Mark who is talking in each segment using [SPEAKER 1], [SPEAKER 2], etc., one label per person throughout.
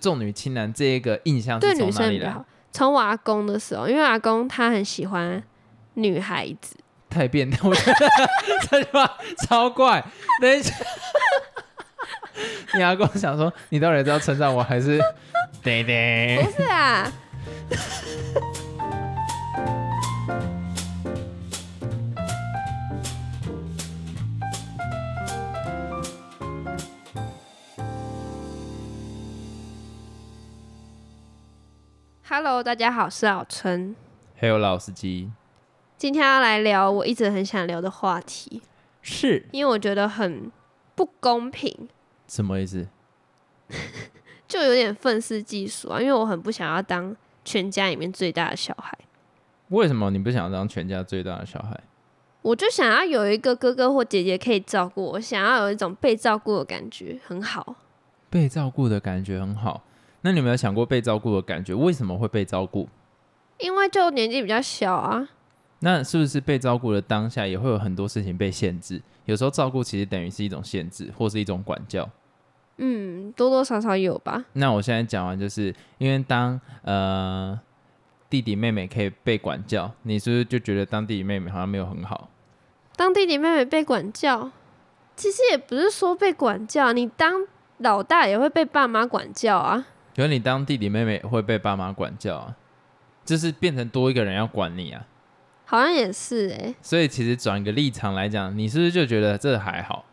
[SPEAKER 1] 重女轻男这一个印象
[SPEAKER 2] 对
[SPEAKER 1] 哦是从
[SPEAKER 2] 女
[SPEAKER 1] 哪
[SPEAKER 2] 生
[SPEAKER 1] 里
[SPEAKER 2] 比较
[SPEAKER 1] 来？
[SPEAKER 2] 好。从我阿公的时候，因为阿公他很喜欢女孩子，
[SPEAKER 1] 太变 态，我觉得这句话超怪。等一下， 你阿公想说，你到底是要称赞我还 是？对对
[SPEAKER 2] 不，是啊？Hello，大家好，我是老春，
[SPEAKER 1] 还有老司机
[SPEAKER 2] 今天要来聊我一直很想聊的话题，
[SPEAKER 1] 是
[SPEAKER 2] 因为我觉得很不公平，
[SPEAKER 1] 什么意思？
[SPEAKER 2] 就有点愤世嫉俗啊，因为我很不想要当全家里面最大的小孩，
[SPEAKER 1] 为什么你不想当全家最大的小孩？
[SPEAKER 2] 我就想要有一个哥哥或姐姐可以照顾我，想要有一种被照顾的感觉，很好。
[SPEAKER 1] 被照顾的感觉很好。那你有没有想过被照顾的感觉？为什么会被照顾？
[SPEAKER 2] 因为就年纪比较小啊，
[SPEAKER 1] 那是不是被照顾的当下也会有很多事情被限制？有时候照顾其实等于是一种限制，或是一种管教。
[SPEAKER 2] 嗯，多多少少有吧。
[SPEAKER 1] 那我现在讲完，就是因为当呃弟弟妹妹可以被管教，你是不是就觉得当弟弟妹妹好像没有很好？
[SPEAKER 2] 当弟弟妹妹被管教，其实也不是说被管教，你当老大也会被爸妈管教啊。
[SPEAKER 1] 可是你当弟弟妹妹会被爸妈管教啊，就是变成多一个人要管你啊。
[SPEAKER 2] 好像也是欸诶、
[SPEAKER 1] 所以其实转个立场来讲，你是不是就觉得这还好？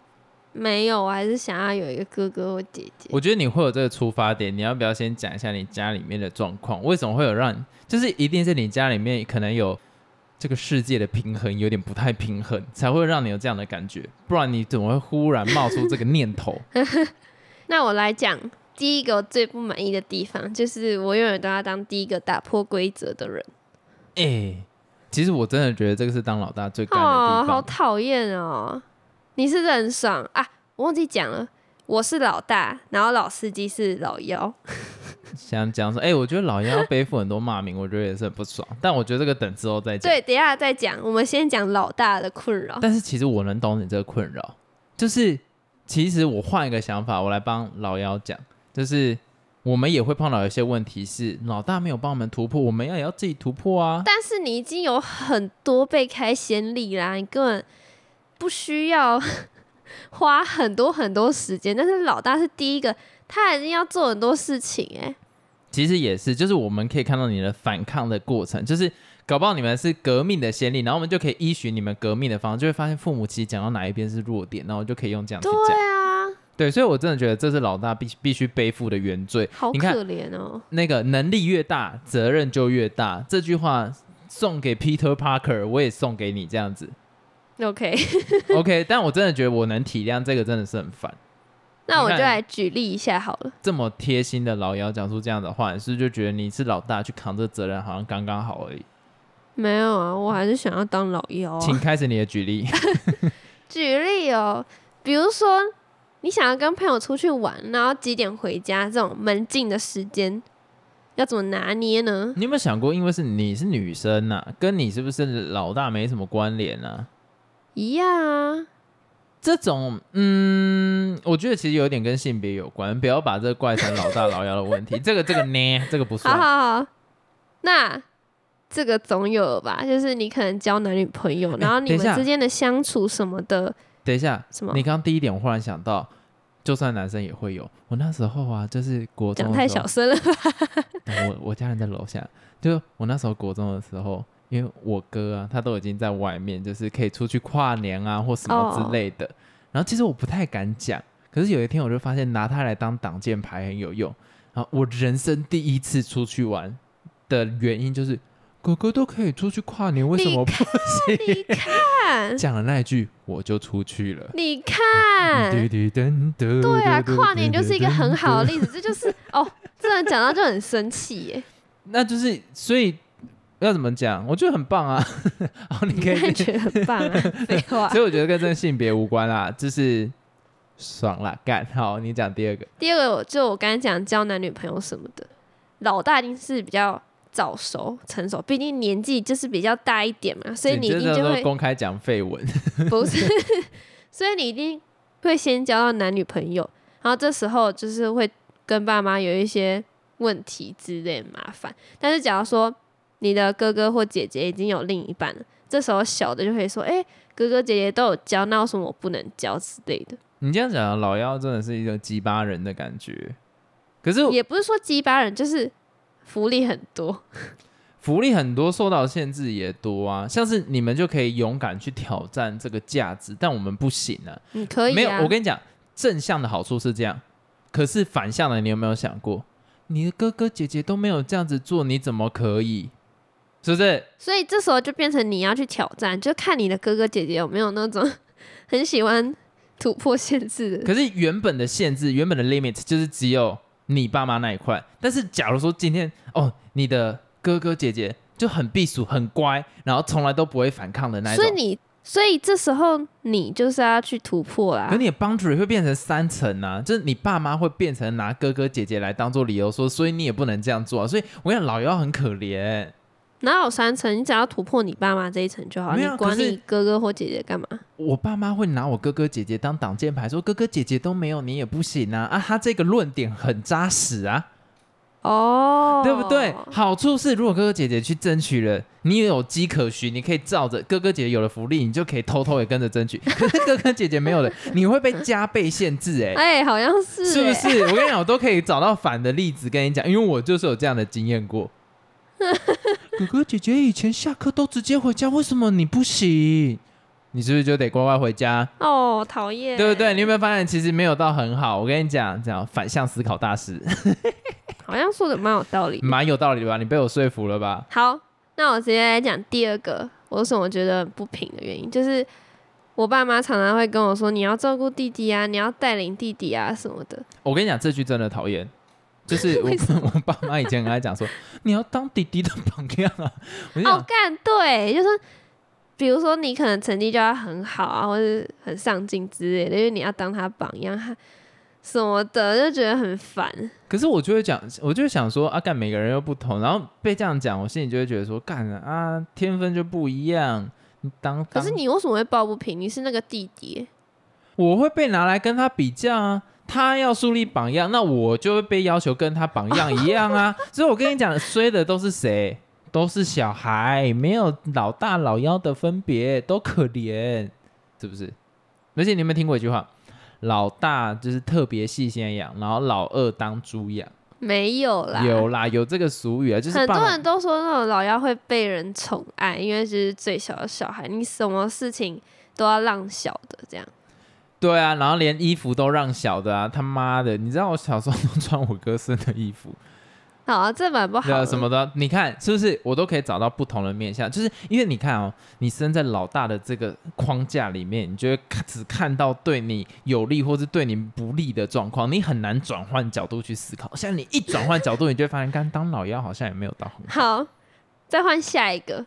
[SPEAKER 2] 没有，我还是想要有一个哥哥或姐姐。
[SPEAKER 1] 我觉得你会有这个出发点，你要不要先讲一下你家里面的状况？为什么会有让你，就是一定是你家里面可能有这个世界的平衡有点不太平衡，才会让你有这样的感觉，不然你怎么会忽然冒出这个念头？
[SPEAKER 2] 那我来讲第一个我最不满意的地方，就是我永远都要当第一个打破规则的人。
[SPEAKER 1] 哎、其实我真的觉得这个是当老大最干的
[SPEAKER 2] 哦
[SPEAKER 1] 地，方。
[SPEAKER 2] 好讨厌哦！你是不是很爽啊？我忘记讲了，我是老大，然后老司机是老 幺。
[SPEAKER 1] 想讲说，哎、我觉得老幺背负很多骂名，我觉得也是很不爽。但我觉得这个等之后再讲。
[SPEAKER 2] 对，等一下再讲，我们先讲老大的困 扰。
[SPEAKER 1] 但是其实我能懂你这个困扰，就是其实我换一个想法，我来帮老幺讲，就是我们也会碰到一些问题是老大没有帮我们突破，我们要也要自己突破啊。
[SPEAKER 2] 但是你已经有很多被开先例啦，你根本不需要 花很多很多时间。但是老大是第一个，他还是要做很多事情哎、
[SPEAKER 1] 其实也是，就是我们可以看到你的反抗的过程，就是搞不好你们是革命的先例，然后我们就可以依循你们革命的方式，就会发现父母其实讲到哪一边是弱点，然后就可以用这样去
[SPEAKER 2] 对
[SPEAKER 1] 讲。
[SPEAKER 2] 啊，
[SPEAKER 1] 对，所以我真的觉得这是老大必须必须背负的原罪。
[SPEAKER 2] 好
[SPEAKER 1] 你看
[SPEAKER 2] 可怜哦。
[SPEAKER 1] 那个能力越大，责任就越大。这句话送给 Peter Parker，我也送给你这样子。
[SPEAKER 2] OK，
[SPEAKER 1] OK，但我真的觉得我能体谅这个，真的是很烦。
[SPEAKER 2] 那我
[SPEAKER 1] 你
[SPEAKER 2] 就
[SPEAKER 1] 看
[SPEAKER 2] 来举例一下好了。
[SPEAKER 1] 这么贴心的老姚讲出这样的话，你是不是就觉得你是老大去扛这责任，好像刚刚好而已？
[SPEAKER 2] 没有啊，我还是想要当老幺、啊。
[SPEAKER 1] 请开始你的举例。
[SPEAKER 2] 举例哦，比如说你想要跟朋友出去玩，然后几点回家这种门禁的时间，要怎么拿捏呢？
[SPEAKER 1] 你有没有想过，因为是你是女生呐、跟你是不是老大没什么关联啊？
[SPEAKER 2] 一样啊，
[SPEAKER 1] 这种，嗯，我觉得其实有点跟性别有关，不要把这个怪成老大老幺的问题。这个这个呢，这个不算
[SPEAKER 2] 好。好好，那这个总有了吧？就是你可能交男女朋友，然后你
[SPEAKER 1] 哎等一
[SPEAKER 2] 们
[SPEAKER 1] 下
[SPEAKER 2] 之间的相处什么的，
[SPEAKER 1] 等一下，
[SPEAKER 2] 什么
[SPEAKER 1] 你刚刚第一点，我忽然想到，就算男生也会有。我那时候啊，就是国中
[SPEAKER 2] 讲
[SPEAKER 1] 的
[SPEAKER 2] 太
[SPEAKER 1] 时候
[SPEAKER 2] 小声了吧？
[SPEAKER 1] 呃我我家人在楼下，就我那时候国中的时候，因为我哥啊，他都已经在外面，就是可以出去跨年啊或什么
[SPEAKER 2] 哦
[SPEAKER 1] 之类的。然后其实我不太敢讲，可是有一天我就发现拿它来当挡箭牌很有用。然后我人生第一次出去玩的原因就是，哥哥都可以出去跨年，为什
[SPEAKER 2] 你
[SPEAKER 1] 么不
[SPEAKER 2] 你
[SPEAKER 1] 行？
[SPEAKER 2] 看，
[SPEAKER 1] 讲了那一句，我就出去了。
[SPEAKER 2] 你看，对
[SPEAKER 1] 对
[SPEAKER 2] 啊，跨年就是一个很好的
[SPEAKER 1] 的，
[SPEAKER 2] 例子，这就是哦，真的讲到就很生气耶。
[SPEAKER 1] 那就是所以要怎么讲？我觉得很棒啊！ 好， 你可
[SPEAKER 2] 你
[SPEAKER 1] 以
[SPEAKER 2] 感， 觉很棒啊，废话
[SPEAKER 1] 所以。我觉得跟这个性别无关啦，就是爽啦，干好，你讲第二个，
[SPEAKER 2] 第二个我，就我刚才讲交男女朋友什么的，老大一定是比较早熟成熟，毕竟年纪就是比较大一点嘛，所以你一
[SPEAKER 1] 这
[SPEAKER 2] 定
[SPEAKER 1] 叫
[SPEAKER 2] 就
[SPEAKER 1] 做
[SPEAKER 2] 会
[SPEAKER 1] 公开讲绯闻，
[SPEAKER 2] 不是，所以你一定会先交到男女朋友，然后这时候就是会跟爸妈有一些问题之类的麻烦。但是假如说你的哥哥或姐姐已经有另一半了，这时候小的就可以说：“哎、哥哥姐姐都有教，那为什么我不能教之类的？”
[SPEAKER 1] 你这样讲，老妖真的是一种鸡巴人的感觉。可是
[SPEAKER 2] 也不是说鸡巴人，就是福利很多。
[SPEAKER 1] 福利很多，受到限制也多啊。像是你们就可以勇敢去挑战这个价值，但我们不行啊。
[SPEAKER 2] 你可以、啊、
[SPEAKER 1] 没有，我跟你讲，正向的好处是这样，可是反向的，你有没有想过，你的哥哥姐姐都没有这样子做，你怎么可以？是不是？
[SPEAKER 2] 所以这时候就变成你要去挑战，就看你的哥哥姐姐有没有那种 很喜欢突破限制的。
[SPEAKER 1] 可是原本的限制，原本的 limit 就是只有你爸妈那一块。但是假如说今天哦，你的哥哥姐姐就很避暑、很乖，然后从来都不会反抗的那一种，
[SPEAKER 2] 所以你，所以这时候你就是要去突破啦
[SPEAKER 1] 可。你的 boundary 会变成三层啊，就是你爸妈会变成拿哥哥姐姐来当做理由说，所以你也不能这样做啊。所以我跟你讲，老幺很可怜。
[SPEAKER 2] 哪有三层？你只要突破你爸妈这一层就好，
[SPEAKER 1] 没
[SPEAKER 2] 你
[SPEAKER 1] 有啊可
[SPEAKER 2] 管
[SPEAKER 1] 是
[SPEAKER 2] 你哥哥或姐姐干嘛？
[SPEAKER 1] 我爸妈会拿我哥哥姐姐当挡箭牌，说哥哥姐姐都没有，你也不行啊！啊，他这个论点很扎实啊，
[SPEAKER 2] 哦，
[SPEAKER 1] 对不对？好处是，如果哥哥姐姐去争取了，你也有机可循，你可以照着哥哥姐姐有了福利，你就可以偷偷也跟着争 取。可是哥哥姐姐没有了，你会被加倍限制、哎、
[SPEAKER 2] 哎、好像是、
[SPEAKER 1] 是不
[SPEAKER 2] 哎？
[SPEAKER 1] 是？我跟你讲，我都可以找到反的例子跟你讲，因为我就是有这样的经验过。 哥哥姐姐以前下课都直接回家，为什么你不行？你是不是就得乖乖回家？
[SPEAKER 2] 哦，讨厌，
[SPEAKER 1] 对不对？你有没有发现其实没有到很好？我跟你讲，这样反向思考大师，
[SPEAKER 2] 好像说的蛮有道理的。
[SPEAKER 1] 蛮有道理吧？你被我说服了吧？
[SPEAKER 2] 好，那我直接来讲第二个，我为什么觉得很不平的原因，就是我爸妈常常会跟我说，你要照顾弟弟啊，你要带领弟弟啊什么的。
[SPEAKER 1] 我跟你讲，这句真的讨厌。就是我
[SPEAKER 2] 为什
[SPEAKER 1] 我爸妈以前跟他讲说，你要当弟弟的榜样啊。 我就想，
[SPEAKER 2] 哦，干对，就是比如说你可能成绩就要很好啊，或者很上进之类的，因为你要当他榜样哈什么的，就觉得很烦。
[SPEAKER 1] 可是我就会讲，我就会想说，啊，干每个人又不同，然后被这样讲，我心里就会觉得说，干啊，天分就不一样。你当
[SPEAKER 2] 可
[SPEAKER 1] 当
[SPEAKER 2] 是你为什么会抱不平？你是那个弟弟耶、
[SPEAKER 1] 我会被拿来跟他比较啊。他要树立榜样，那我就会被要求跟他榜样一样 啊。所以我跟你讲，衰的都是谁？都是小孩，没有老大老幺的分别，都可怜，是不是？而且你有没有听过一句话？老大就是特别细心的养，然后老二当猪养。
[SPEAKER 2] 没有啦，
[SPEAKER 1] 有啦，有这个俗语啊，就是
[SPEAKER 2] 很
[SPEAKER 1] 爸
[SPEAKER 2] 多
[SPEAKER 1] 爸
[SPEAKER 2] 人都说那种老幺会被人宠爱，因为就是最小的小孩，你什么事情都要让小的这样。
[SPEAKER 1] 对啊，然后连衣服都让小的啊，他妈的！你知道我小时候都穿我哥生的衣服，
[SPEAKER 2] 好、啊，这蛮不好
[SPEAKER 1] 对啊，
[SPEAKER 2] 的。
[SPEAKER 1] 什么的，你看是不是我都可以找到不同的面相？就是因为你看哦，你生在老大的这个框架里面，你就会看只看到对你有利或是对你不利的状况，你很难转换角度去思考。像你一转换角度，你就会发现，刚当老幺好像也没有到很好。
[SPEAKER 2] 好，再换下一个。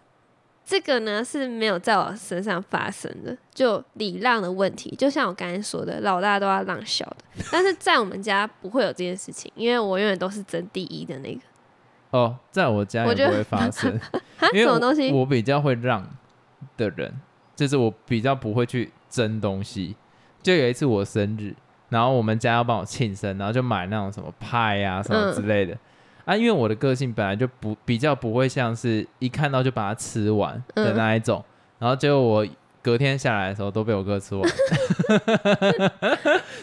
[SPEAKER 2] 这个呢是没有在我身上发生的，就礼让的问题，就像我刚才说的，老大都要让小的，但是在我们家不会有这件事情，因为我永远都是争第一的那个。
[SPEAKER 1] 哦，在我家
[SPEAKER 2] 我
[SPEAKER 1] 也
[SPEAKER 2] 觉
[SPEAKER 1] 不
[SPEAKER 2] 得
[SPEAKER 1] 会发生，
[SPEAKER 2] 哈，
[SPEAKER 1] 因为
[SPEAKER 2] 啊什
[SPEAKER 1] 我
[SPEAKER 2] 么东西？
[SPEAKER 1] 我比较会让的人，就是我比较不会去争东西。就有一次我生日，然后我们家要帮我庆生，然后就买那种什么派啊什么
[SPEAKER 2] 嗯
[SPEAKER 1] 之类的。啊，因为我的个性本来就不比较不会像是一看到就把它吃完的
[SPEAKER 2] 嗯
[SPEAKER 1] 那一种，然后结果我隔天下来的时候都被我哥吃 完，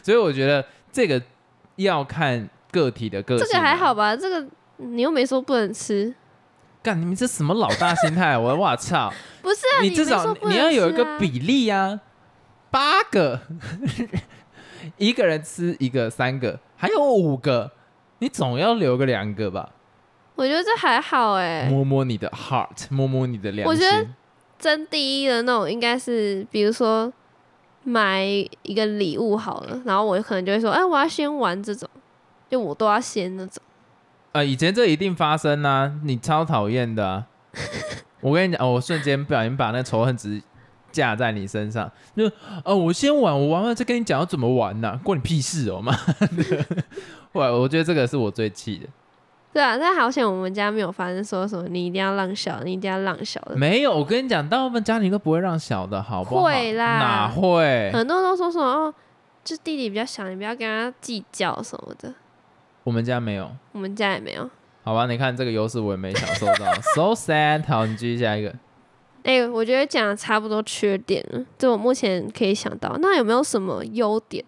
[SPEAKER 1] 所以我觉得这个要看个体的个性、啊
[SPEAKER 2] 这个还好，吧？这个你又没说不能吃，
[SPEAKER 1] 干你们这什么老大心态啊？我哇操！
[SPEAKER 2] 不是啊？
[SPEAKER 1] 你
[SPEAKER 2] 没
[SPEAKER 1] 至
[SPEAKER 2] 说
[SPEAKER 1] 少
[SPEAKER 2] 不
[SPEAKER 1] 你
[SPEAKER 2] 能
[SPEAKER 1] 要有一
[SPEAKER 2] 吃
[SPEAKER 1] 个
[SPEAKER 2] 啊
[SPEAKER 1] 比例啊，八个， 一个人吃一个，三个，还有五个，你总要留个两个吧。
[SPEAKER 2] 我觉得这还好哎、
[SPEAKER 1] 摸摸你的 heart，摸摸你的良
[SPEAKER 2] 我
[SPEAKER 1] 心
[SPEAKER 2] 觉。得争第一的那种应该是，比如说买一个礼物好了，然后我可能就会说，哎，我要先玩这种，就我都要先那种。
[SPEAKER 1] 呃，以前这一定发生啊，你超讨厌的啊、我跟你讲、哦，我瞬间不小心把那仇恨值架在你身上，就哦，我先玩，我玩完再跟你讲要怎么玩呐、关你屁事哦，妈的！ 我我觉得这个是我最气的。
[SPEAKER 2] 对啊，但好险我们家没有发生说什么你一定要让小的，你一定要让小的。
[SPEAKER 1] 没有，我跟你讲，大部分家庭都不会让小的，好不好？
[SPEAKER 2] 会啦
[SPEAKER 1] 哪会？
[SPEAKER 2] 很多人都说什么哦，就弟弟比较小，你不要跟他计较什么的。
[SPEAKER 1] 我我们家没有，
[SPEAKER 2] 我们家也没有。
[SPEAKER 1] 好吧？你看这个优势我也没享受 到，so sad。好，你继续下一个。
[SPEAKER 2] 哎、我觉得讲得差不多缺点了，这我目前可以想到。那有没有什么优点？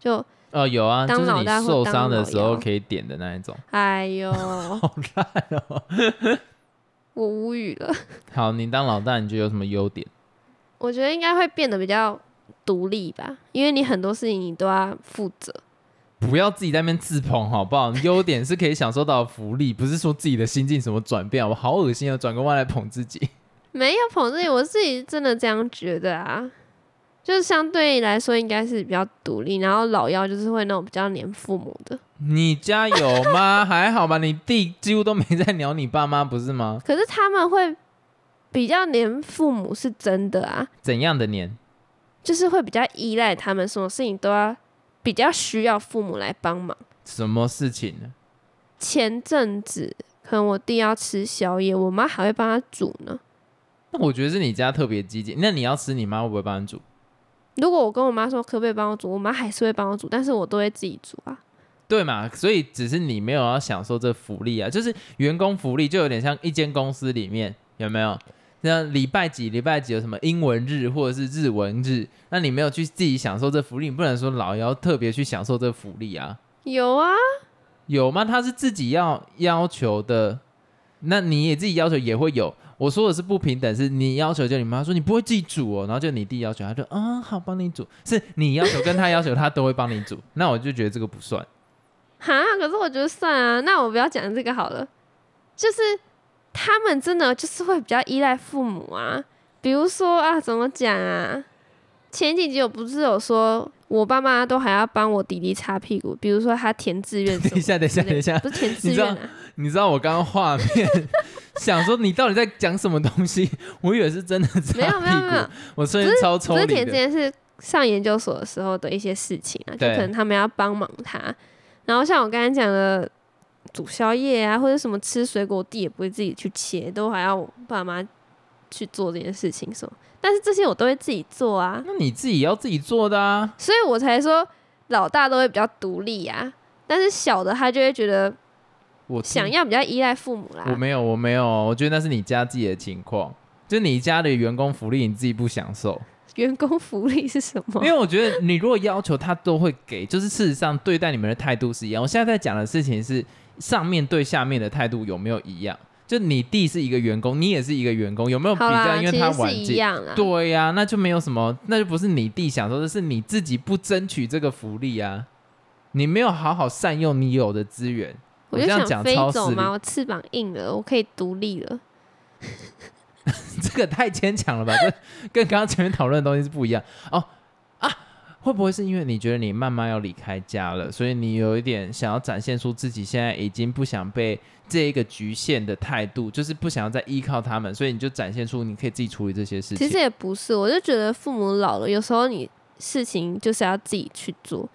[SPEAKER 2] 就
[SPEAKER 1] 哦，有啊，就
[SPEAKER 2] 当
[SPEAKER 1] 是
[SPEAKER 2] 老
[SPEAKER 1] 你
[SPEAKER 2] 大或
[SPEAKER 1] 受
[SPEAKER 2] 当
[SPEAKER 1] 伤的
[SPEAKER 2] 老
[SPEAKER 1] 时候
[SPEAKER 2] 幺
[SPEAKER 1] 可以点的那一 种。
[SPEAKER 2] 哎呦，
[SPEAKER 1] 好烂哦！
[SPEAKER 2] 我无语了。
[SPEAKER 1] 好，你当老大，你觉得有什么优点？
[SPEAKER 2] 我觉得应该会变得比较独立吧，因为你很多事情你都要负责。
[SPEAKER 1] 不要自己在那边自捧好不好？优点是可以享受到的福利，不是说自己的心境什么转变。我好恶心啊，转个弯来捧自 己。
[SPEAKER 2] 没有捧自己，我自己真的这样觉得啊。就是相对来说，应该是比较独立，然后老幺就是会那种比较黏父母的。
[SPEAKER 1] 你家有吗？还好吧，你弟几乎都没在鸟你爸妈，不是吗？
[SPEAKER 2] 可是他们会比较黏父母是真的啊，
[SPEAKER 1] 怎样的年？
[SPEAKER 2] 就是会比较依赖他们，什么事情都要比较需要父母来帮忙。
[SPEAKER 1] 什么事情呢？
[SPEAKER 2] 前阵子可能我弟要吃宵夜，我妈还会帮他煮呢。
[SPEAKER 1] 那我觉得是你家特别积极。那你要吃，你妈会不会帮你煮？
[SPEAKER 2] 如果我跟我妈说可不可以帮我煮，我妈还是会帮我煮，但是我都会自己煮啊。
[SPEAKER 1] 对嘛？所以只是你没有要享受这福利啊，就是员工福利就有点像一间公司里面有没有？像礼拜几礼拜几有什么英文日或者是日文日，那你没有去自己享受这福利，你不能说老幺特别去享受这福利啊，
[SPEAKER 2] 有啊，
[SPEAKER 1] 有吗？他是自己要要求的，那你也自己要求也会有。我说的是不平等，是你要求就你妈说你不会自己煮哦，然后就你弟要求，他就啊、好帮你煮，是你要求跟他要求他都会帮你煮， 那我就觉得这个不 算。
[SPEAKER 2] 哈，可是我觉得算啊，那我不要讲这个好了。就是他们真的就是会比较依赖父母啊，比如说啊，怎么讲啊？前几集我不是有说，我爸妈都还要帮我弟弟擦屁股，比如说他填志愿什
[SPEAKER 1] 等一
[SPEAKER 2] 么
[SPEAKER 1] 下，等一
[SPEAKER 2] 之
[SPEAKER 1] 下，
[SPEAKER 2] 类的，
[SPEAKER 1] 等一下，
[SPEAKER 2] 不是填志愿啊，
[SPEAKER 1] 你知道我刚刚画面想说你到底在讲什么东西？ 我以为是真的擦屁股，
[SPEAKER 2] 没有没有没有，
[SPEAKER 1] 我瞬间超抽
[SPEAKER 2] 不是
[SPEAKER 1] 离
[SPEAKER 2] 填志
[SPEAKER 1] 的。
[SPEAKER 2] 愿是上研究所的时候的一些事情啊，就
[SPEAKER 1] 对
[SPEAKER 2] 可能他们要帮忙他。然后像我刚才讲的，煮宵夜啊，或者什么吃水果，我弟也不会自己去切，都还要我爸妈去做这件事情什么。但是这些我都会自己做啊，
[SPEAKER 1] 那你自己要自己做的啊，
[SPEAKER 2] 所以我才说老大都会比较独立啊，但是小的他就会觉得
[SPEAKER 1] 我听
[SPEAKER 2] 想要比较依赖父母啦。
[SPEAKER 1] 嗯我没有，我没有，我觉得那是你家自己的情况，就你家的员工福利你自己不享受，
[SPEAKER 2] 员工福利是什么
[SPEAKER 1] 因？为我觉得你如果要求他都会给，就是事实上对待你们的态度是一样。我现在在讲的事情是上面对下面的态度有没有一样？就你弟是一个员工，你也是一个员工，有没有比
[SPEAKER 2] 好
[SPEAKER 1] 较？
[SPEAKER 2] 啦，
[SPEAKER 1] 因
[SPEAKER 2] 其
[SPEAKER 1] 为他
[SPEAKER 2] 实是
[SPEAKER 1] 晚
[SPEAKER 2] 一
[SPEAKER 1] 进。
[SPEAKER 2] 样啊啦。
[SPEAKER 1] 啊对呀、那就没有什么，那就不是你弟享受的，是你自己不争取这个福利啊，你没有好好善用你有的资源。
[SPEAKER 2] 我
[SPEAKER 1] 这
[SPEAKER 2] 就
[SPEAKER 1] 样
[SPEAKER 2] 想
[SPEAKER 1] 讲
[SPEAKER 2] 飞
[SPEAKER 1] 超
[SPEAKER 2] 走
[SPEAKER 1] 市
[SPEAKER 2] 嘛，我翅膀硬了，我可以独立了。
[SPEAKER 1] 这个太牵强了吧？这跟刚刚前面讨论的东西是不一样哦啊！会不会是因为你觉得你慢慢要离开家了，所以你有一点想要展现出自己现在已经不想被这一个局限的态度，就是不想要再依靠他们，所以你就展现出你可以自己处理这些事情。
[SPEAKER 2] 其实也不是，我就觉得父母老了，有时候你事情就是要自己去做，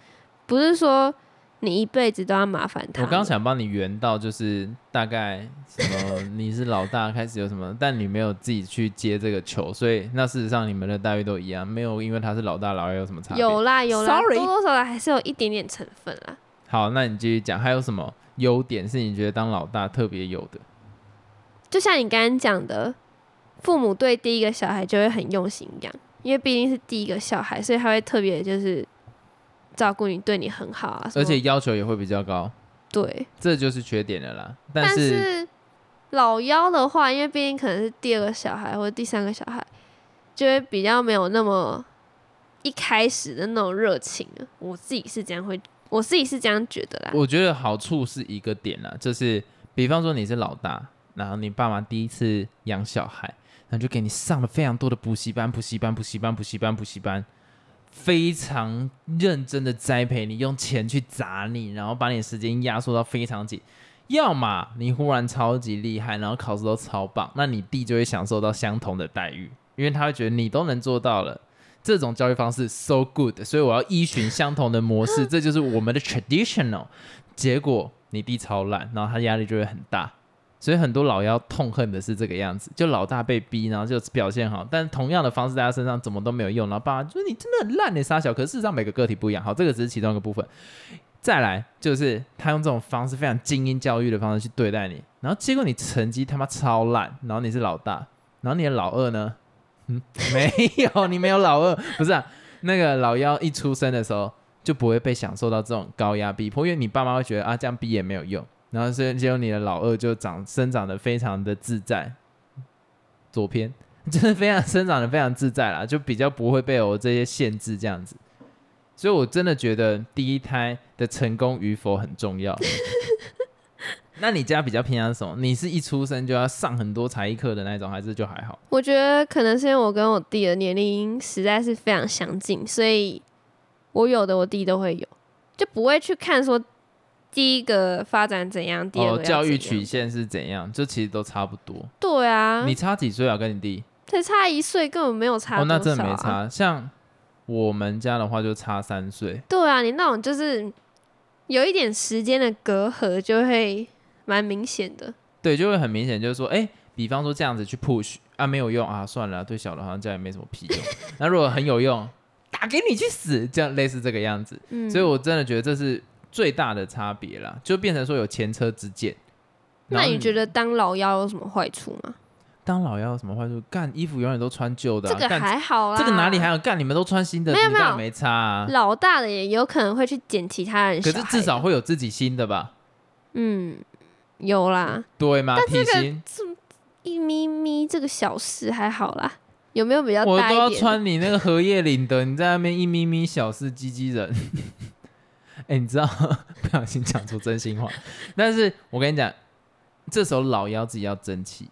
[SPEAKER 2] 不是说你一辈子都要麻烦他
[SPEAKER 1] 我
[SPEAKER 2] 们。
[SPEAKER 1] 刚想帮你圆到，就是大概什么你是老大开始有什么，但你没有自己去接这个球，所以那事实上你们的待遇都一样，没有因为他是老大老二有什么差别。
[SPEAKER 2] 有啦有啦
[SPEAKER 1] Sorry
[SPEAKER 2] 多多少少还是有一点点成分啦。
[SPEAKER 1] 好，那你继续讲，还有什么优点是你觉得当老大特别有的？
[SPEAKER 2] 就像你刚刚讲的，父母对第一个小孩就会很用心养，因为毕竟是第一个小孩，所以他会特别就是照顾你，对你很好啊。什么
[SPEAKER 1] 而且要求也会比较高，
[SPEAKER 2] 对，
[SPEAKER 1] 这就是缺点了啦。但
[SPEAKER 2] 但
[SPEAKER 1] 是
[SPEAKER 2] 是老幺的话，因为毕竟可能是第二个小孩或者第三个小孩，就会比较没有那么一开始的那种热情了。我自己是这样会，我自己是这样觉得啦。
[SPEAKER 1] 我觉得好处是一个点啦，就是比方说你是老大，然后你爸妈第一次养小孩，那就给你上了非常多的补习班、补习班、补习班、补习班、补习班，非常认真的栽培你，用钱去砸你，然后把你的时间压缩到非常紧。要么你忽然超级厉害，然后考试都超棒，那你弟就会享受到相同的待遇，因为他会觉得你都能做到了。这种教育方式 so good，所以我要依循相同的模式，这就是我们的 traditional。结果你弟超烂，然后他压力就会很大，所以很多老幺痛恨的是这个样子，就老大被逼，然后就表现好，但同样的方式在他身欸上怎么都没有用，然后爸妈就说你真的很烂，你傻小，可是事实上每个个体不一样，好，这个只是其中一个部分。再来就是他用这种方式，非常精英教育的方式去对待你，然后结果你成绩他妈超烂，然后你是老大，然后你的老二呢？嗯，没有，你没有老二，不是、啊、 那个老幺一出生的时候 就不会被享受到这种高压逼迫，因为你爸妈会觉得啊这样逼也没有用，然后所以结果你的老二就长生长的非常的自在，左 偏就是非常生长的非常自在啦，就比较不会被我这些限制这样子。所以我真的觉得第一胎的成功与否很重 要。那你家比较偏向什么？你是一出生就要上很多才艺课的那种，还是就还好？
[SPEAKER 2] 我觉得可能是因为我跟我弟的年龄实在是非常相近，所以我有的我弟都会有，就不会去看说第一个发展怎样，第二个要
[SPEAKER 1] 哦，
[SPEAKER 2] 怎样
[SPEAKER 1] 教育曲线是怎样？就其实都差不多。
[SPEAKER 2] 对啊，
[SPEAKER 1] 你差几岁啊？跟你弟？
[SPEAKER 2] 才差一岁，根本没有差、啊
[SPEAKER 1] 哦，那真的没。差。像我们家的话，就差三岁。
[SPEAKER 2] 对啊，你那种就是有一点时间的隔阂，就会蛮明显的。
[SPEAKER 1] 对，就会很明显，就是说，哎、比方说这样子去 push 啊，没有用啊，算了啊、对小的好像这样也没什么屁 用。那如果很有用，打给你去死，这样类似这个样子。
[SPEAKER 2] 嗯，
[SPEAKER 1] 所以我真的觉得这是最大的差别啦，就变成说有前车之鉴。
[SPEAKER 2] 那你觉
[SPEAKER 1] 得
[SPEAKER 2] 得当老幺有什么坏处吗？
[SPEAKER 1] 当老幺有什么坏处？干衣服永远都穿旧的、
[SPEAKER 2] 这
[SPEAKER 1] 啊，
[SPEAKER 2] 个
[SPEAKER 1] 干
[SPEAKER 2] 还好啦，
[SPEAKER 1] 这个哪里还有干？你们都穿新的，
[SPEAKER 2] 没有
[SPEAKER 1] 你当然
[SPEAKER 2] 没
[SPEAKER 1] 没差啊。
[SPEAKER 2] 老大的也有哎可能会去捡其他人
[SPEAKER 1] 可
[SPEAKER 2] 小
[SPEAKER 1] 是
[SPEAKER 2] 孩，
[SPEAKER 1] 至少会有自己新的吧？
[SPEAKER 2] 嗯有啦，
[SPEAKER 1] 对吗？体型
[SPEAKER 2] 一咪咪这个小事还好啦，有没有比较
[SPEAKER 1] 我
[SPEAKER 2] 大
[SPEAKER 1] 都
[SPEAKER 2] 一
[SPEAKER 1] 要
[SPEAKER 2] 点？
[SPEAKER 1] 穿你那个荷叶领的，你在那边一咪咪小事鸡鸡人。 哎、你知道 不小心讲出真心话，但是我跟你讲，这时候老幺自己要争气。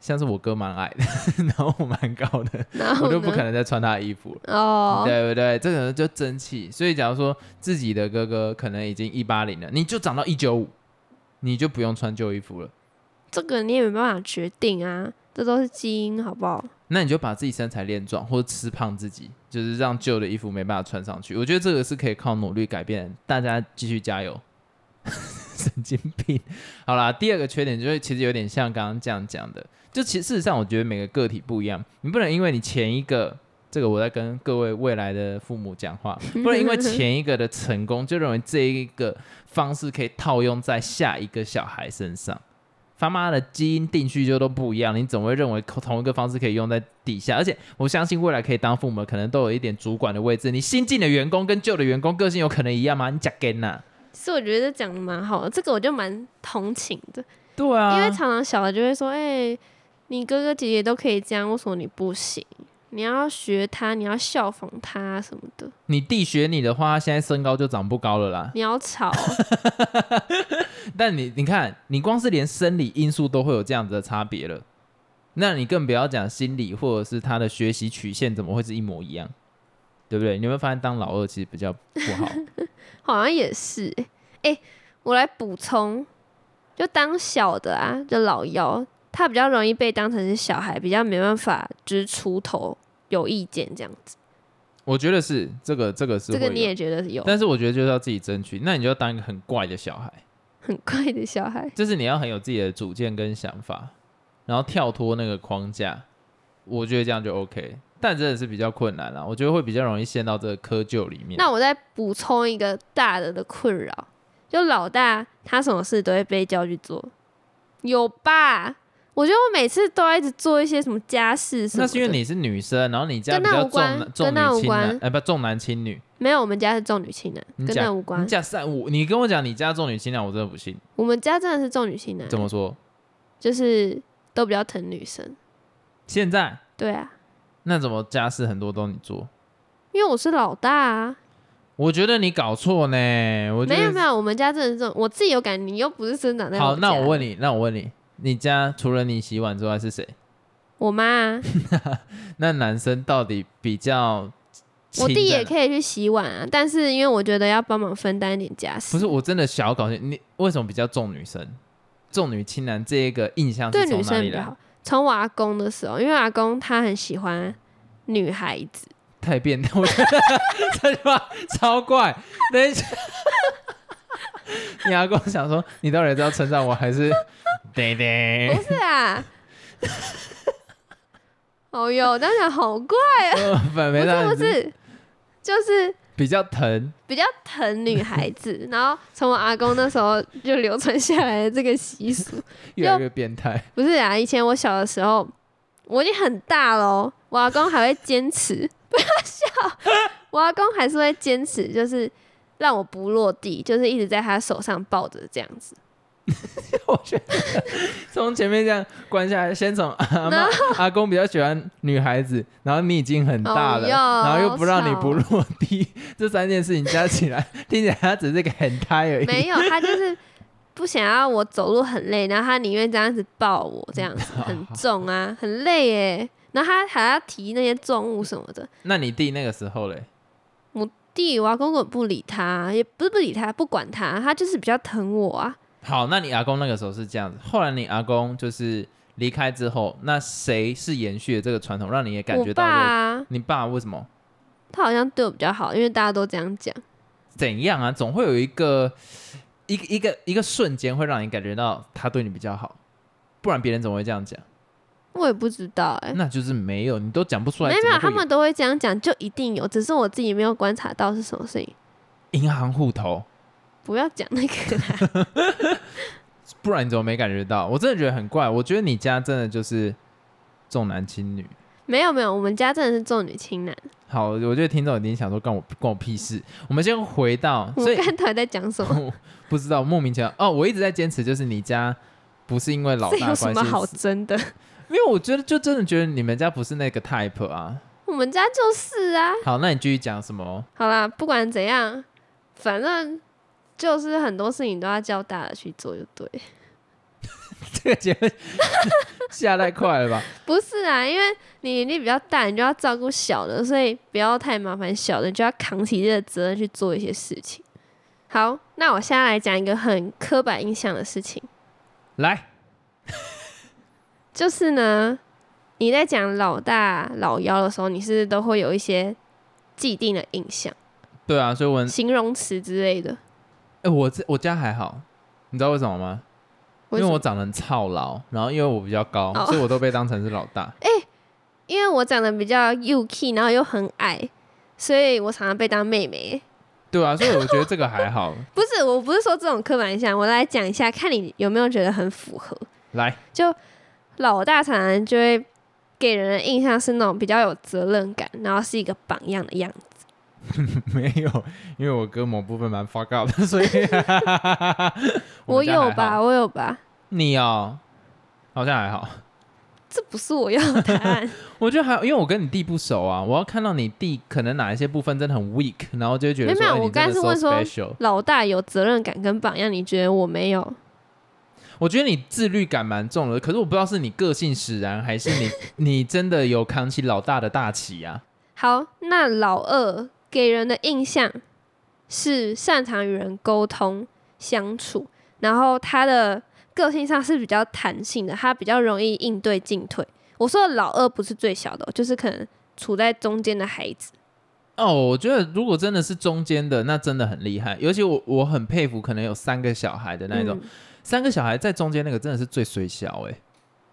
[SPEAKER 1] 像是我哥蛮矮的， 然后我蛮高的，
[SPEAKER 2] 然后
[SPEAKER 1] 我就不
[SPEAKER 2] 哦呢
[SPEAKER 1] 可能再穿他的衣服了。
[SPEAKER 2] 哦，
[SPEAKER 1] 对不对？这个人就争气，所以假如说自己的哥哥可能已经一八零了，你就长到一九五，你就不用穿旧衣服了。
[SPEAKER 2] 这个你也没办法决定啊，这都是基因，好不好？
[SPEAKER 1] 那你就把自己身材练壮，或者吃胖自己，就是让旧的衣服没办法穿上去。我觉得这个是可以靠努力改变的，大家继续加油。 神经病。好啦，第二个缺点就是其实有点像刚刚这样讲的，就其实事实上我觉得每个个体不一样，你不能因为你前一个。这个我在跟各位未来的父母讲话，不能因为前一个的成功就认为这一个方式可以套用在下一个小孩身上。他妈的基因定序就都不一样，你怎么会认为同一个方式可以用在底下？而且我相信未来可以当父母，可能都有一点主管的位置。你新进的员工跟旧的员工个性有可能一样吗？你假跟呐？
[SPEAKER 2] 其实我觉得这讲的蛮好的，这个我就蛮同情的，
[SPEAKER 1] 对啊，
[SPEAKER 2] 因为常常小的就会说：“哎、你哥哥姐姐都可以这样，为什么你不行？你要学他，你要效仿他什么的，
[SPEAKER 1] 你弟学你的话，他现在身高就长不高了啦。
[SPEAKER 2] 你要吵。
[SPEAKER 1] 但你你看，你光是连生理因素都会有这样子的差别了，那你更不要讲心理或者是他的学习曲线怎么会是一模一样，对不对？你有没有发现当老二其实比较不好？”
[SPEAKER 2] 好像也是、欸，哎、我来补充，就当小的啊，就老幺，他比较容易被当成是小孩，比较没办法就是出头有意见这样子。
[SPEAKER 1] 我觉得是这个这个是
[SPEAKER 2] 这个
[SPEAKER 1] 会
[SPEAKER 2] 你
[SPEAKER 1] 有
[SPEAKER 2] 也觉得有
[SPEAKER 1] 但是我觉得就是要自己争取，那你就要当一个很怪的小孩，
[SPEAKER 2] 很怪的小孩，
[SPEAKER 1] 就是你要很有自己的主见跟想法，然后跳脱那个框架，我觉得这样就 OK。但真的是比较困难啊啦，我觉得会比较容易陷到这个窠臼里面。
[SPEAKER 2] 那我再补充一个大的的困扰，就老大他什么事都会被叫去做，有吧？我觉得我每次都要一直做一些什么家事什
[SPEAKER 1] 那
[SPEAKER 2] 么的。
[SPEAKER 1] 是因为你是女生，然后你家
[SPEAKER 2] 跟
[SPEAKER 1] 比
[SPEAKER 2] 那
[SPEAKER 1] 较
[SPEAKER 2] 无
[SPEAKER 1] 重
[SPEAKER 2] 关
[SPEAKER 1] 男重
[SPEAKER 2] 跟那
[SPEAKER 1] 女
[SPEAKER 2] 无
[SPEAKER 1] 轻男
[SPEAKER 2] 关，
[SPEAKER 1] 哎、不重男轻女。
[SPEAKER 2] 没有，我们家是重女轻男，
[SPEAKER 1] 你
[SPEAKER 2] 跟
[SPEAKER 1] 讲
[SPEAKER 2] 那无关
[SPEAKER 1] 你。家三五，你跟我讲你家重女轻男，我真的不信。
[SPEAKER 2] 我们家真的是重女轻男，
[SPEAKER 1] 怎么说？
[SPEAKER 2] 就是都比较疼女生。
[SPEAKER 1] 现在
[SPEAKER 2] 对啊，
[SPEAKER 1] 那怎么家事很多都你做？
[SPEAKER 2] 因为我是老大啊。
[SPEAKER 1] 我觉得你搞错呢。我觉得
[SPEAKER 2] 没有没有，我们家真的是这种，我自己有感觉，你又不是生长在
[SPEAKER 1] 好，那
[SPEAKER 2] 家
[SPEAKER 1] 我问你，那我问你，你家除了你洗碗之外是谁？
[SPEAKER 2] 我妈啊、
[SPEAKER 1] 那男生到底比较？
[SPEAKER 2] 我弟也
[SPEAKER 1] 以。
[SPEAKER 2] 可以去洗碗啊，但是因为我觉得要帮忙分担一点家事
[SPEAKER 1] 不，是，我真的小搞笑，你为什么比较重女生？重女轻男这一个印象
[SPEAKER 2] 对
[SPEAKER 1] 是从
[SPEAKER 2] 女
[SPEAKER 1] 哪
[SPEAKER 2] 生
[SPEAKER 1] 里
[SPEAKER 2] 比较
[SPEAKER 1] 来
[SPEAKER 2] 好？。从我阿公的时候，因为阿公他很喜欢女孩子，
[SPEAKER 1] 太变态，我觉得 这句话超怪。等一下，你阿公想说，你到底是要称赞我还是？ 对对
[SPEAKER 2] 不，是啊？ 哦哟，当然好怪，
[SPEAKER 1] 呃反没
[SPEAKER 2] 啊不
[SPEAKER 1] 让
[SPEAKER 2] 是
[SPEAKER 1] 你
[SPEAKER 2] 不是，就是
[SPEAKER 1] 比较疼，
[SPEAKER 2] 比较疼女孩子， 然后从我阿公那时候就流传下来的这个习俗，
[SPEAKER 1] 越来越变态。
[SPEAKER 2] 不是啊，以前我小的时候，我已经很大喽，我阿公还会坚持，不要笑，我阿公还是会坚持，就是让我不落地，就是一直在他手上抱着这样子。
[SPEAKER 1] 我觉得从前面这样关下来，先从阿妈
[SPEAKER 2] 然
[SPEAKER 1] 阿公比较喜欢女孩子，然后你已经很大了，
[SPEAKER 2] 哦哟
[SPEAKER 1] 然后又不让你
[SPEAKER 2] 好
[SPEAKER 1] 不落地， 这三件事情加起来，听起来他只是个很胎而已。
[SPEAKER 2] 没有，他就是不想要我走路很累，然后他宁愿这样子抱我，这样子 很重啊，很累耶。然后他还要提那些重物什么的，
[SPEAKER 1] 那你弟那个时候嘞？
[SPEAKER 2] 弟，我阿公根本不理他，也不是不理他，不管他，他就是比较疼我啊。
[SPEAKER 1] 好，那你阿公那个时候是这样子，后来你阿公就是离开之后，那谁是延续了这个传统，让你也感觉
[SPEAKER 2] 我爸
[SPEAKER 1] 到这个？
[SPEAKER 2] 啊，
[SPEAKER 1] 你爸为什么？
[SPEAKER 2] 他好像对我比较好，因为大家都这样讲。
[SPEAKER 1] 怎样啊？总会有一个一个一个一个瞬间会让你感觉到他对你比较好，不然别人怎么会这样讲？
[SPEAKER 2] 我也不知道哎、
[SPEAKER 1] 那就是没有，你都讲不出来。
[SPEAKER 2] 没有没有，
[SPEAKER 1] 怎
[SPEAKER 2] 他
[SPEAKER 1] 么会
[SPEAKER 2] 们都会这样讲，就一定有，只是我自己没有观察到是什么事情。
[SPEAKER 1] 有银行户头，
[SPEAKER 2] 不要讲那个啦，
[SPEAKER 1] 不然你怎么没感觉到？我真的觉得很怪。我觉得你家真的就是重男轻女。
[SPEAKER 2] 没有没有，我们家真的是重女轻男。
[SPEAKER 1] 好，我觉得听众已经想说干我关我屁事。我们先回到，
[SPEAKER 2] 我
[SPEAKER 1] 所以
[SPEAKER 2] 刚才到底在讲什么？
[SPEAKER 1] 我 不知道莫名其妙哦，我一直在坚持，就是你家不是因为老
[SPEAKER 2] 这
[SPEAKER 1] 大
[SPEAKER 2] 有什
[SPEAKER 1] 关
[SPEAKER 2] 么好
[SPEAKER 1] 系，
[SPEAKER 2] 争的？
[SPEAKER 1] 因为我觉得就真的觉得你们家不是那个 type 啊。
[SPEAKER 2] 我们家就是啊。
[SPEAKER 1] 好，那你继续讲什么？
[SPEAKER 2] 好啦，不管怎样，反正就是很多事情都要叫大的去做，就对。
[SPEAKER 1] 这个结论下太快了吧？
[SPEAKER 2] 不是啊，因为你年纪比较大，你就要照顾小的，所以不要太麻烦小的，你就要扛起这个责任去做一些事情。好，那我现在来讲一个很刻板印象的事情，
[SPEAKER 1] 来，
[SPEAKER 2] 就是呢，你在讲老大老幺的时候，你是不是都会有一些既定的印象、
[SPEAKER 1] 对啊，所以我很
[SPEAKER 2] 形容词之类的？
[SPEAKER 1] 哎、我这我家还好，你知道为什么吗？因为
[SPEAKER 2] 什么
[SPEAKER 1] 我长得很操劳，然后因为我比较高，
[SPEAKER 2] 哦
[SPEAKER 1] 所以我都被当成是老大。
[SPEAKER 2] 因为我长得比较 U K，然后又很矮，所以我常常被当妹妹。
[SPEAKER 1] 对啊，所以我觉得这个还 好。
[SPEAKER 2] 不是，我不是说这种刻板印象，我来讲一下，看你有没有觉得很符合。
[SPEAKER 1] 来，
[SPEAKER 2] 老大常常就会给人的印象是那种比较有责任感，然后是一个榜样的样子。
[SPEAKER 1] 没有，因为我哥某部分蛮 fuck up 的， 所以
[SPEAKER 2] 我
[SPEAKER 1] 们家还
[SPEAKER 2] 有
[SPEAKER 1] 好
[SPEAKER 2] 吧，？我有吧，
[SPEAKER 1] 你哦，好像还好。
[SPEAKER 2] 这不是我要的答案。
[SPEAKER 1] 我觉得还好，因为我跟你弟不熟啊，我要看到你弟可能哪一些部分真的很 weak，然后就会觉得说，
[SPEAKER 2] 没有
[SPEAKER 1] 哎
[SPEAKER 2] 我刚才
[SPEAKER 1] 你真
[SPEAKER 2] 是问说
[SPEAKER 1] 的 so special。
[SPEAKER 2] 老大有责任感跟榜样，你觉得我没有？
[SPEAKER 1] 我觉得你自律感蛮重的，可是我不知道是你个性使然，还是 你你真的有扛起老大的大旗啊？
[SPEAKER 2] 好，那老二给人的印象是擅长与人沟通相处，然后他的个性上是比较弹性的，他比较容易应对进退。我说的老二不是最小的哦，就是可能处在中间的孩子。
[SPEAKER 1] 哦，我觉得如果真的是中间的，那真的很厉害。尤其我我很佩服，可能有三个小孩的那一种，
[SPEAKER 2] 嗯
[SPEAKER 1] 三个小孩在中间那个真的是最水小哎、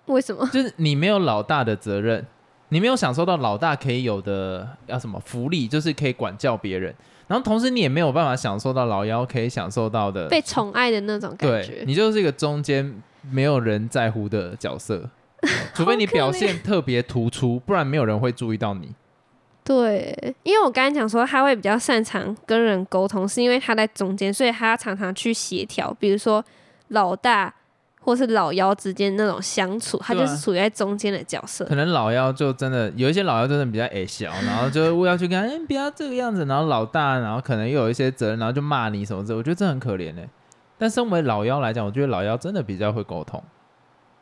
[SPEAKER 2] 为什么？
[SPEAKER 1] 就是你没有老大的责任，你没有享受到老大可以有的要什么福利，就是可以管教别人，然后同时你也没有办法享受到老幺可以享受到的，
[SPEAKER 2] 被宠爱的那种感
[SPEAKER 1] 对
[SPEAKER 2] 觉。
[SPEAKER 1] 你就是一个中间没有人在乎的角 色，除非你表现特别突出，不然没有人会注意到你。
[SPEAKER 2] 对，因为我刚才讲说他会比较擅长跟人沟通，是因为他在中间，所以他常常去协调，比如说老大或是老幺之间那种相处，他
[SPEAKER 1] 对
[SPEAKER 2] 就
[SPEAKER 1] 啊
[SPEAKER 2] 是处于在中间的角色
[SPEAKER 1] 可。能老幺就真的有一些老幺真的比较矮小，然后就会要去跟他，哎、不要这个样子，然后老大，然后可能又有一些责任，然后就骂你什么之类，我觉得这很可怜哎、但身为老幺来讲，我觉得老幺真的比较会沟通。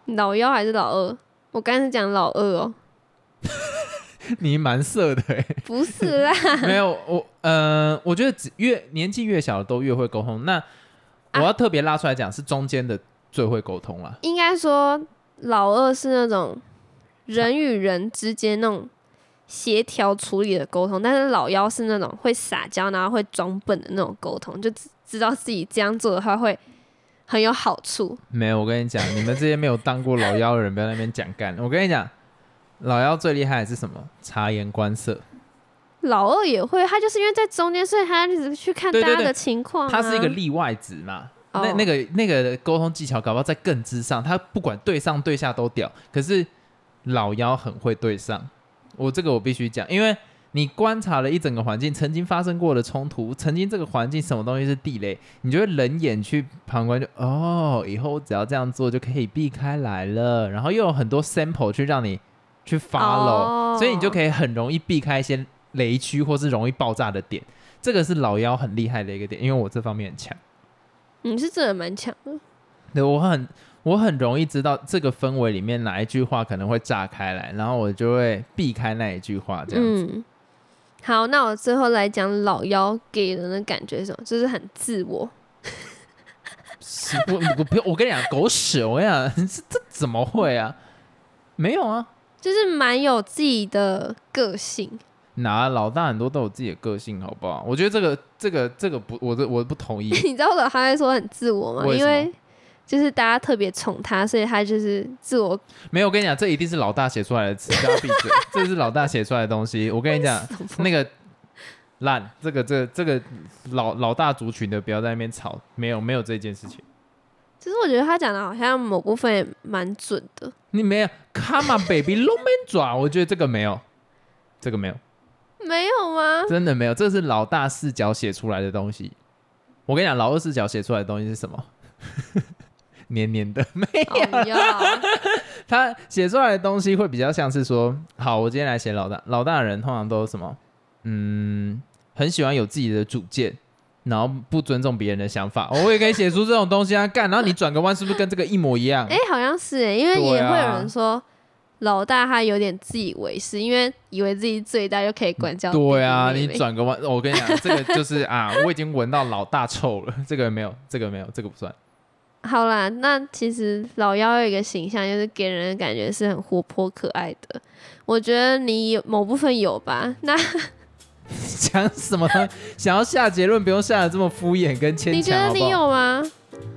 [SPEAKER 2] 老幺还是老二？我刚才是讲老二哦，
[SPEAKER 1] 你蛮色的、欸，
[SPEAKER 2] 不是啦，
[SPEAKER 1] 没有我，呃，我觉得只越年纪越小的都越会沟通。那我要特别拉出来讲，是中间的最会沟通啦。
[SPEAKER 2] 应该说老二是那种人与人之间那种协调处理的沟通，但是老幺是那种会撒娇，然后会装笨的那种沟通，就知知道自己这样做的话会很有好处。
[SPEAKER 1] 没有，我跟你讲，你们这些没有当过老幺的人，不要在那边讲干。我跟你讲，老幺最厉害的是什么？察言观色。
[SPEAKER 2] 老二也会，他就是因为在中间，所以他一直去看大
[SPEAKER 1] 对对
[SPEAKER 2] 家
[SPEAKER 1] 对
[SPEAKER 2] 的情况、啊
[SPEAKER 1] 他是一个例外值嘛。那
[SPEAKER 2] 哦
[SPEAKER 1] 那个那个沟通技巧，搞不好在更之上，他不管对上对下都屌，可是老妖很会对上。我这个我必须讲，因为你观察了一整个环境，曾经发生过的冲突，曾经这个环境什么东西是地雷，你就会冷眼去旁观就，哦，以后我只要这样做就可以避开来了。然后又有很多 sample 去让你去 follow，、
[SPEAKER 2] 哦
[SPEAKER 1] 所以你就可以很容易避开一些雷区或是容易爆炸的点。这个是老妖很厉害的一个点，因为我这方面很强。
[SPEAKER 2] 你嗯是真的蛮强的，
[SPEAKER 1] 对我很我很容易知道这个氛围里面哪一句话可能会炸开来，然后我就会避开那一句话这样子。
[SPEAKER 2] 嗯。好，那我最后来讲老妖给人的感觉是什么，就是很自我，
[SPEAKER 1] 是我我不我跟你讲狗屎！我跟你讲， 这这怎么会啊？没有啊，
[SPEAKER 2] 就是蛮有自己的个性。。
[SPEAKER 1] 哪老大很多都有自己的个性，好不好？我觉得这个这个这个不，我这我不同意
[SPEAKER 2] 你知道为什么他会说很自我吗？
[SPEAKER 1] 为什
[SPEAKER 2] 因
[SPEAKER 1] 么
[SPEAKER 2] 为就是大家特别宠他，所以他就是自我
[SPEAKER 1] 没有，我跟你讲，这一定是老大写出来的词，大家闭嘴， 这是老大写出来的东西。我跟你讲，那个烂，这个这个这个老老大族群的，不要在那边吵，没有没有这件事情。
[SPEAKER 2] 其实我觉得他讲的好像某部分也蛮准的，
[SPEAKER 1] 你没有，Come on baby，龙门爪，我觉得这个没有，这个没有，
[SPEAKER 2] 没有吗？
[SPEAKER 1] 真的没有，这是老大视角写出来的东西。我跟你讲，老二视角写出来的东西是什么？ 黏黏的， 没有啊
[SPEAKER 2] 哦，呀，
[SPEAKER 1] 他写出来的东西会比较像是说，好，我今天来写老大，老大人通常都什么，嗯，很喜欢有自己的主见，然后不尊重别人的想法。哦我也可以写出这种东西啊，干，然后你转个弯是不是跟这个一模一样？
[SPEAKER 2] 哎、好像是哎，因为也
[SPEAKER 1] 对啊
[SPEAKER 2] 会有人说、老大他有点自以为是，因为以为自己最大就可以管教弟弟妹妹。
[SPEAKER 1] 对啊，你转个弯，我跟你讲，这个就是啊，我已经闻到老大臭了。这个没有，这个没有，这个不算。
[SPEAKER 2] 好啦，那其实老幺有一个形象，就是给人的感觉是很活泼可爱的。我觉得你有某部分有吧？那
[SPEAKER 1] 讲什么？想要下结论，不用下的这么敷衍跟牵
[SPEAKER 2] 你觉
[SPEAKER 1] 强，
[SPEAKER 2] 得
[SPEAKER 1] 好不
[SPEAKER 2] 你
[SPEAKER 1] 好？
[SPEAKER 2] 有吗？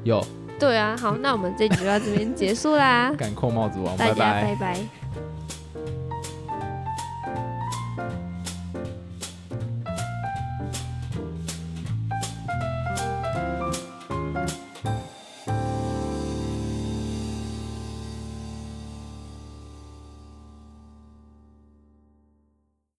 [SPEAKER 1] 有，，
[SPEAKER 2] 对啊，好，那我们这集就到这边结束啦
[SPEAKER 1] 敢扣帽子王，
[SPEAKER 2] 大
[SPEAKER 1] 拜
[SPEAKER 2] 家
[SPEAKER 1] 拜。
[SPEAKER 2] 拜拜